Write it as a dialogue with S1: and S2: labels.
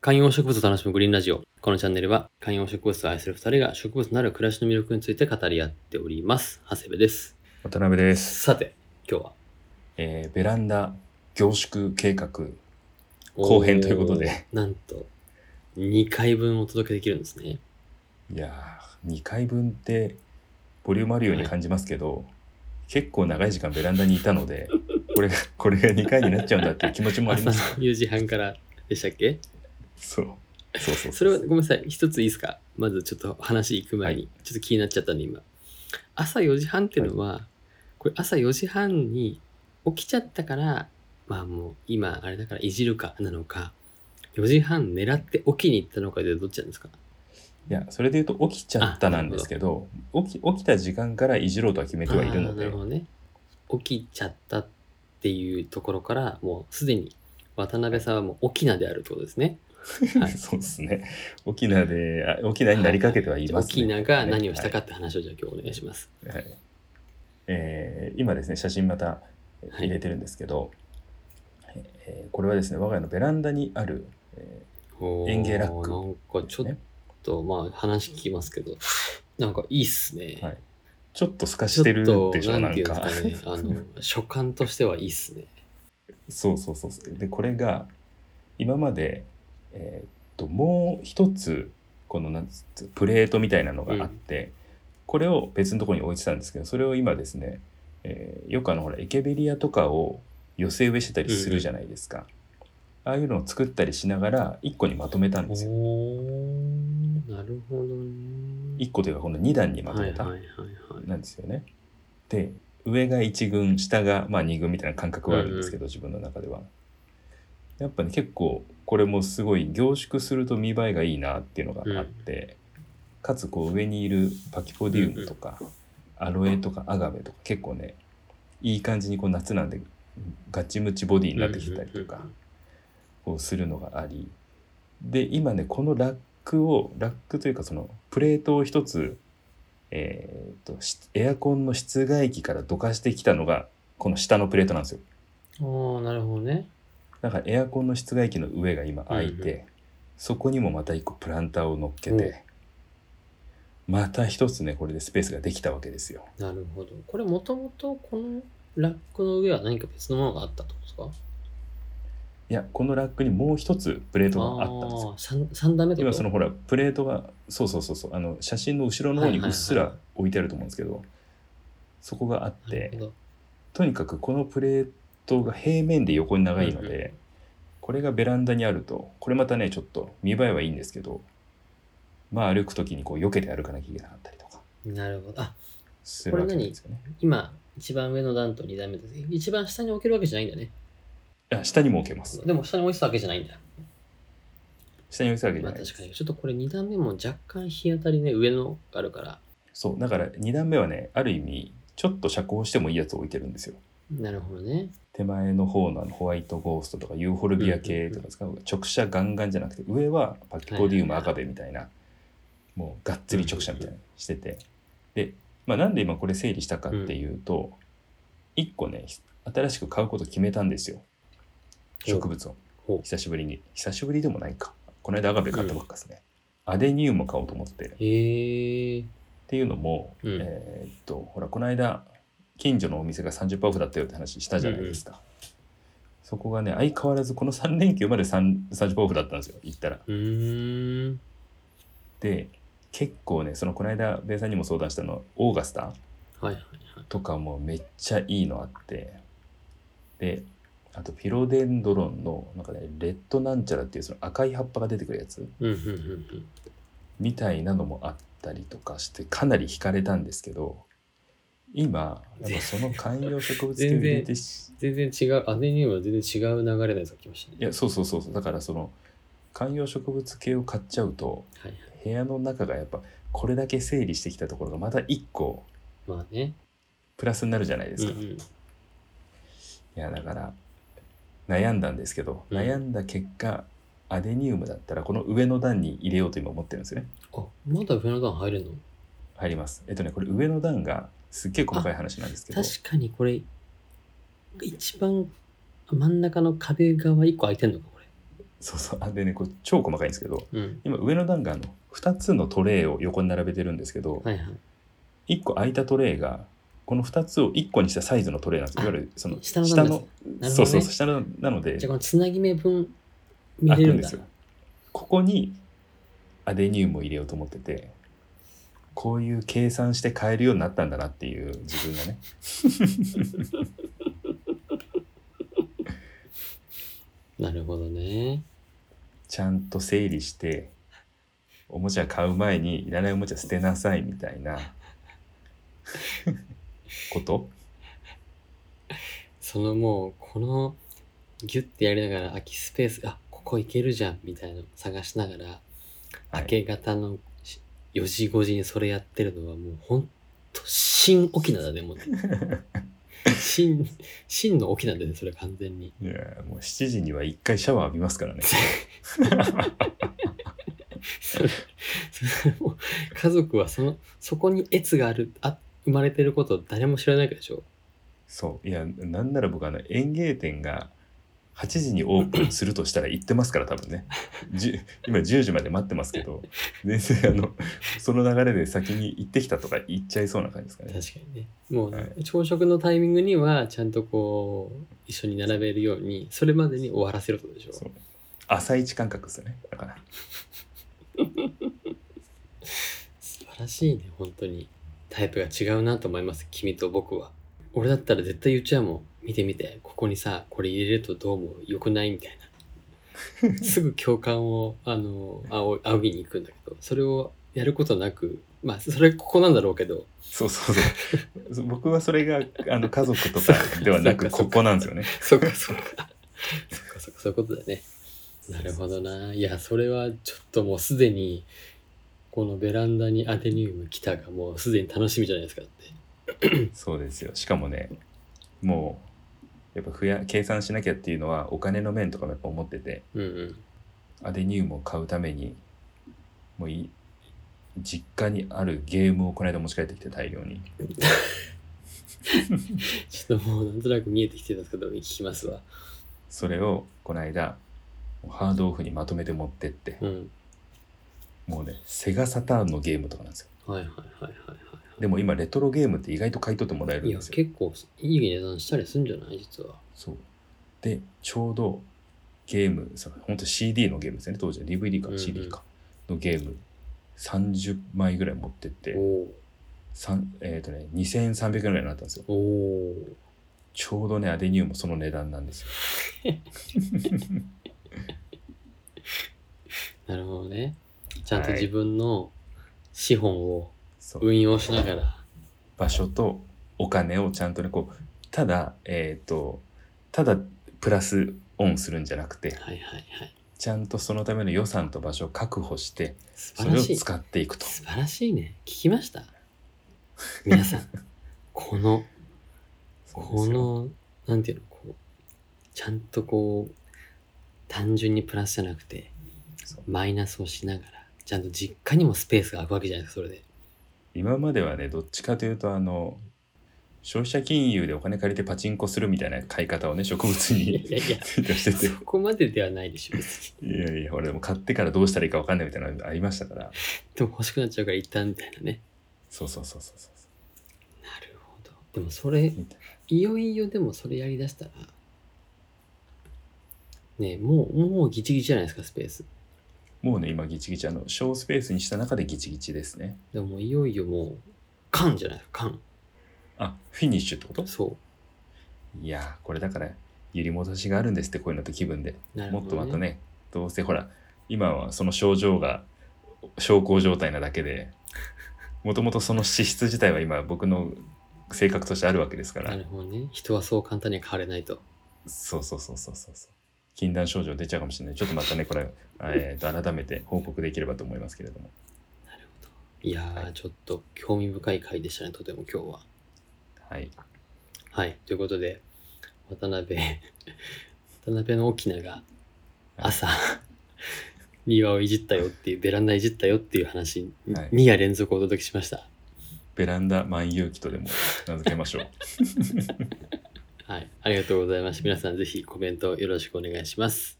S1: 観葉植物を楽しむグリーンラジオ。このチャンネルは観葉植物を愛する二人が植物なる暮らしの魅力について語り合っております。長谷部です。
S2: 渡辺です、
S1: さて、今日は
S2: えーベランダ凝縮計画後編ということで。
S1: おーなんと、2回分お届けできるんですね。
S2: いやー2回分ってボリュームあるように感じますけど、結構長い時間ベランダにいたので これがこれが2回になっちゃうんだっていう気持ちもあり
S1: 朝
S2: ま
S1: の
S2: す
S1: 4時半からでしたっけ
S2: そうそうそう
S1: それはごめんなさい。一ついいですかまずちょっと話行く前に、ちょっと気になっちゃったんで今。朝4時半っていうのは、これ朝4時半に起きちゃったから、まあもう今あれだからいじるかなのか、4時半狙って起きに行ったのかでどっちなんですか
S2: いやそれで言うと起きちゃったなんですけど起き起きた時間からいじろうとは決めてはいる
S1: あ
S2: の
S1: ーな
S2: で
S1: るほどね。起きちゃったっていうところから、もうすでに渡辺さんはもう起きなであるってことですね。どはい
S2: そうですね沖縄であ沖縄になりかけてはいます、
S1: 沖
S2: ね、
S1: 縄が何をした
S2: はい
S1: かって話をじゃあ今日お願いします。
S2: はいえー今ですね写真またえー
S1: はい
S2: 入れてるんですけど、えーこれはですね我が家のベランダにある、え
S1: おー
S2: 園芸ラック
S1: なんかちょっ
S2: ね
S1: と、まあ話聞きますけど、なんかいいっすね。
S2: はいーちょっと透かしてるでしょなん
S1: てい
S2: か
S1: うんですかね、あの、所感としてはいいっすね。
S2: そうそうそうそうでこれが今まで、えーっともう一つこのなんつうプレートみたいなのがあって、これを別のところに置いてたんですけどそれを今ですね、えーよくあのほらエケベリアとかを寄せ植えしてたりするじゃないですか、ああいうのを作ったりしながら一個にまとめたん
S1: お
S2: ですよ
S1: ーなるほどね。
S2: 一個というかこの2段にまと
S1: は
S2: め
S1: いはい
S2: た
S1: はいはい。
S2: なんですよね。で上が1軍下がまあ2軍みたいな感覚はあるんですけど、自分の中では。やっぱね結構これもすごい凝縮すると見栄えがいいなっていうのがあって、かつこう上にいるパキポディウムとか、アロエとかアガベとか結構ねいい感じにこう夏なんでガチムチボディになってきたりとか。をするのがありで今ねこのラックをラックというかそのプレートを一つ、えー、としエアコンの室外機からどかしてきたのがこの下のプレートなんですよ
S1: ああ、なるほどね。
S2: だからエアコンの室外機の上が今開いて、
S1: う
S2: そこにもまた一個プランターを乗っけ
S1: うん
S2: て、また一つねこれでスペースができたわけですよ
S1: なるほど。これもともとこのラックの上は何か別のものがあったってことですか
S2: いやこのラックにもう一つプレートがあったんですよ
S1: ああ、三三段目ってこ
S2: 今
S1: と
S2: そのほらプレートがそうそうそうそうあの写真の後ろの方にうっす
S1: はい
S2: ら置いてあると思うんですけど、そこがあっ
S1: なるほ
S2: て
S1: ど
S2: とにかくこのプレートが平面で横に長いので、
S1: うんうん
S2: これがベランダにあるとこれまたねちょっと見栄えはいいんですけどまあ歩く時にこう避けて歩かなきゃいけなかったりとか
S1: なるほど。あ、
S2: するわけなんですよね。
S1: 今、一番上の段と二段目です。一番下に置けるわけじゃないんだね。
S2: あ下にも置けます。
S1: でも下に置いてたわけじゃないんだ。
S2: 下に置いてたわけじ
S1: ま
S2: ゃ
S1: あ
S2: ないで
S1: 確
S2: す
S1: かに。ちょっとこれ2段目も若干日当たりね、上のがあるから。
S2: そうだから2段目はねある意味ちょっと遮光してもいいやつを置いてるんですよ。
S1: なるほどね。
S2: 手前の方のあのホワイトゴーストとかユーフォルビア系とか使う直射ガンガンじゃなくて上はパキポディウム赤ベみたいなもうがっつり直射みたいなのしててで、まあ、なんで今これ整理したかっていうと1個ね新しく買うこと決めたんですよ植物を
S1: ほう
S2: 久しぶりに久しぶりでもないかこの間アガベ買ったばっかですねアデニウム買おうと思って
S1: へえ。
S2: っていうのも、
S1: うん
S2: えーっとほらこの間近所のお店が30%オフだったよって話したじゃないですか、そこがね相変わらずこの3連休まで3 30%オフだったんですよ行ったら
S1: うーん。
S2: で結構ねそのこの間ベイさんにも相談したのオーガスタ
S1: はいはいはい。
S2: とかもめっちゃいいのあってであとピロデンドロンのなんかねレッドなんちゃらっていうその赤い葉っぱが出てくるやつ
S1: うんうんうん
S2: みたいなのもあったりとかしてかなり惹かれたんですけど今やっぱその観葉植物系を入れてし
S1: 全然違う、アデニウムは全然違う流れのやつが来ましたね。
S2: いやそうそうそうそうだからその観葉植物系を買っちゃうと
S1: はいはい。
S2: 部屋の中がやっぱこれだけ整理してきたところがまた1個
S1: まあね。
S2: プラスになるじゃないで
S1: う
S2: す
S1: んう
S2: か、い
S1: ん。
S2: やだから悩んだんですけど、
S1: うん
S2: 悩んだ結果アデニウムだったらこの上の段に入れようと今思ってるんですよね
S1: あ、まだ上の段入るの
S2: 入りますえっとねこれ上の段がすっげえ細かい話なんですけど
S1: 確かにこれ、一番真ん中の壁側1個空いてんのか、これ。
S2: そうそうあでねこれ超細かいんですけど
S1: うん。
S2: 今上の段があの2つのトレイを横に並べてるんですけど、
S1: はいはい。
S2: 1個空いたトレイがこの2つを1個にしたサイズのトレイなんです
S1: あ
S2: いわゆるその
S1: 下の段ですなるほどね
S2: そうそうそう下の段なので
S1: じゃあこのつなぎ目分見
S2: 開
S1: れ
S2: く
S1: るん
S2: んで
S1: だ
S2: す。よここにアデニウムを入れようと思っててこういう計算して変えるようになったんだなっていう自分が ね
S1: なるほどね。
S2: ちゃんと整理しておもちゃ買う前にいらないおもちゃ捨てなさいみたい なこと
S1: そのもう、この、ギュッてやりながら空きスペース、あ、ここ行けるじゃん、みたいなの探しながら、
S2: はい
S1: 明け方のし4時5時にそれやってるのはもうほんと新沖縄だ ねもう新真の沖縄だねそれ完全に
S2: いやもう7時には1回シャワー浴びますからね
S1: それそれもう家族はそのそこに越があるあ生まれてることを誰も知らないわけでしょ
S2: そういやなんなら僕あの園芸店が8時にオープンするとしたら行ってますから多分ねじゅ今10時まで待ってますけど全然あのその流れで先に行ってきたとか行っちゃいそうな感じですかね
S1: 確かにねもう、
S2: は
S1: 朝食のタイミングにはちゃんとこう一緒に並べるようにそれまでに終わらせるってことでしょ
S2: そう朝一感覚ですよねだから
S1: 素晴らしいね本当にタイプが違うなと思います君と僕は俺だったら絶対言っちゃうもん見て見てここにさこれ入れるとどうも良くないみたいなすぐ共感をあの仰仰ぎに行くんだけどそれをやることなくまあそれここなんだろうけど
S2: そうそうそうそう僕はそれがあの家族とかではなく
S1: そうかそうか
S2: ここなんですよね
S1: そっかそっかそっかそっかそういうことだねなるほどないやそれはちょっともうすでにこのベランダにアデニウム来たがもうすでに楽しみじゃないですかだって
S2: そうですよしかもねもうやっぱ増や計算しなきゃっていうのはお金の面とかもやっぱ思ってて
S1: うんうん
S2: アデニウムを買うためにもうい実家にあるゲームをこの間持ち帰ってきて大量に
S1: ちょっともうなんとなく見えてきてたんですけど、聞きますわ。
S2: それをこの間ハードオフにまとめて持ってって、
S1: うん。
S2: もうねセガサターンのゲームとかなんですよ
S1: はいはいはいはいは
S2: でも今レトロゲームって意外と買い取ってもらえる
S1: い。
S2: ん
S1: い
S2: で
S1: や、
S2: すよ
S1: 結構いい値段したりするんじゃない実は。
S2: そうでちょうどゲームその本当 CD のゲームですよね当時は DVD
S1: うんう
S2: か
S1: ん
S2: CD かのゲーム30枚ぐらい持ってって、
S1: お
S2: さんえっ、とね2300円ぐらいになったんですよ
S1: おおー
S2: ちょうどね、アデニウムその値段なんですよ。
S1: なるほどね。ちゃんと
S2: はい
S1: 自分の資本を
S2: そう
S1: 運用しながら。
S2: 場所とお金をちゃんとね、こう、ただ、えっ、と、ただプラスオンするんじゃなくて、
S1: はいはいはい。
S2: ちゃんとそのための予算と場所を確保して、
S1: 素
S2: そ
S1: 晴
S2: れ
S1: ら
S2: を
S1: しい。素
S2: 使っていくと。
S1: 晴らしいね。聞きました皆 さん、この、
S2: そうで
S1: こ
S2: すよ
S1: の、なんていうの、こう、ちゃんとこう、単純にプラスじゃなくて、
S2: そう
S1: マイナスをしながら、ちゃんと実家にもスペースが空くわけじゃないですか、それで。
S2: 今まではね、どっちかというと、あの、消費者金融でお金借りてパチンコするみたいな買い方をね、植物
S1: いや
S2: に
S1: いやいや、
S2: ついてしてて、
S1: そこまでではないでしょ、別に
S2: いやいや、俺でも買ってからどうしたらいいか分かんないみたいなのありましたから、
S1: でも欲しくなっちゃうから一旦みたいなね。
S2: そうそうそうそうそう。
S1: なるほど。でもそれ、いよいよでもそれやりだしたら、ねえもう、もうギチギチじゃないですか、スペース。
S2: もうね、今ギチギチ、あの、小スペースにした中でギチギチですね。
S1: でももういよいよもう、缶じゃないですか、
S2: あ、フィニッシュってこと
S1: 缶。そ
S2: いやー、これだから、揺り戻しがあるんですって、こういうのって気分で。
S1: う。なる
S2: も
S1: ほ
S2: っ
S1: ど、
S2: と
S1: ね。
S2: またね、どうせほら、今はその症状が、症候状態なだけで、もともとその資質自体は今、僕の性格としてあるわけですか
S1: な
S2: ら
S1: る、ほどね。人はそう簡単には変われないと。
S2: そうそうそうそうそうそう。禁断症状出ちゃうかもしれない。ちょっとまたね、これ、えーと改めて報告できればと思いますけれども。
S1: なるほど。いやー、
S2: はい
S1: ちょっと興味深い回でしたね、とても今日は。
S2: はい。
S1: はい、ということで、渡辺、 渡辺の沖縄が朝、庭をいじったよって いう、ベランダいじったよっていう話、
S2: はい
S1: 2夜連続お届けしました。
S2: ベランダ万有期とでも名付けましょう。
S1: はい、ありがとうございました。皆さんぜひコメントよろしくお願いします。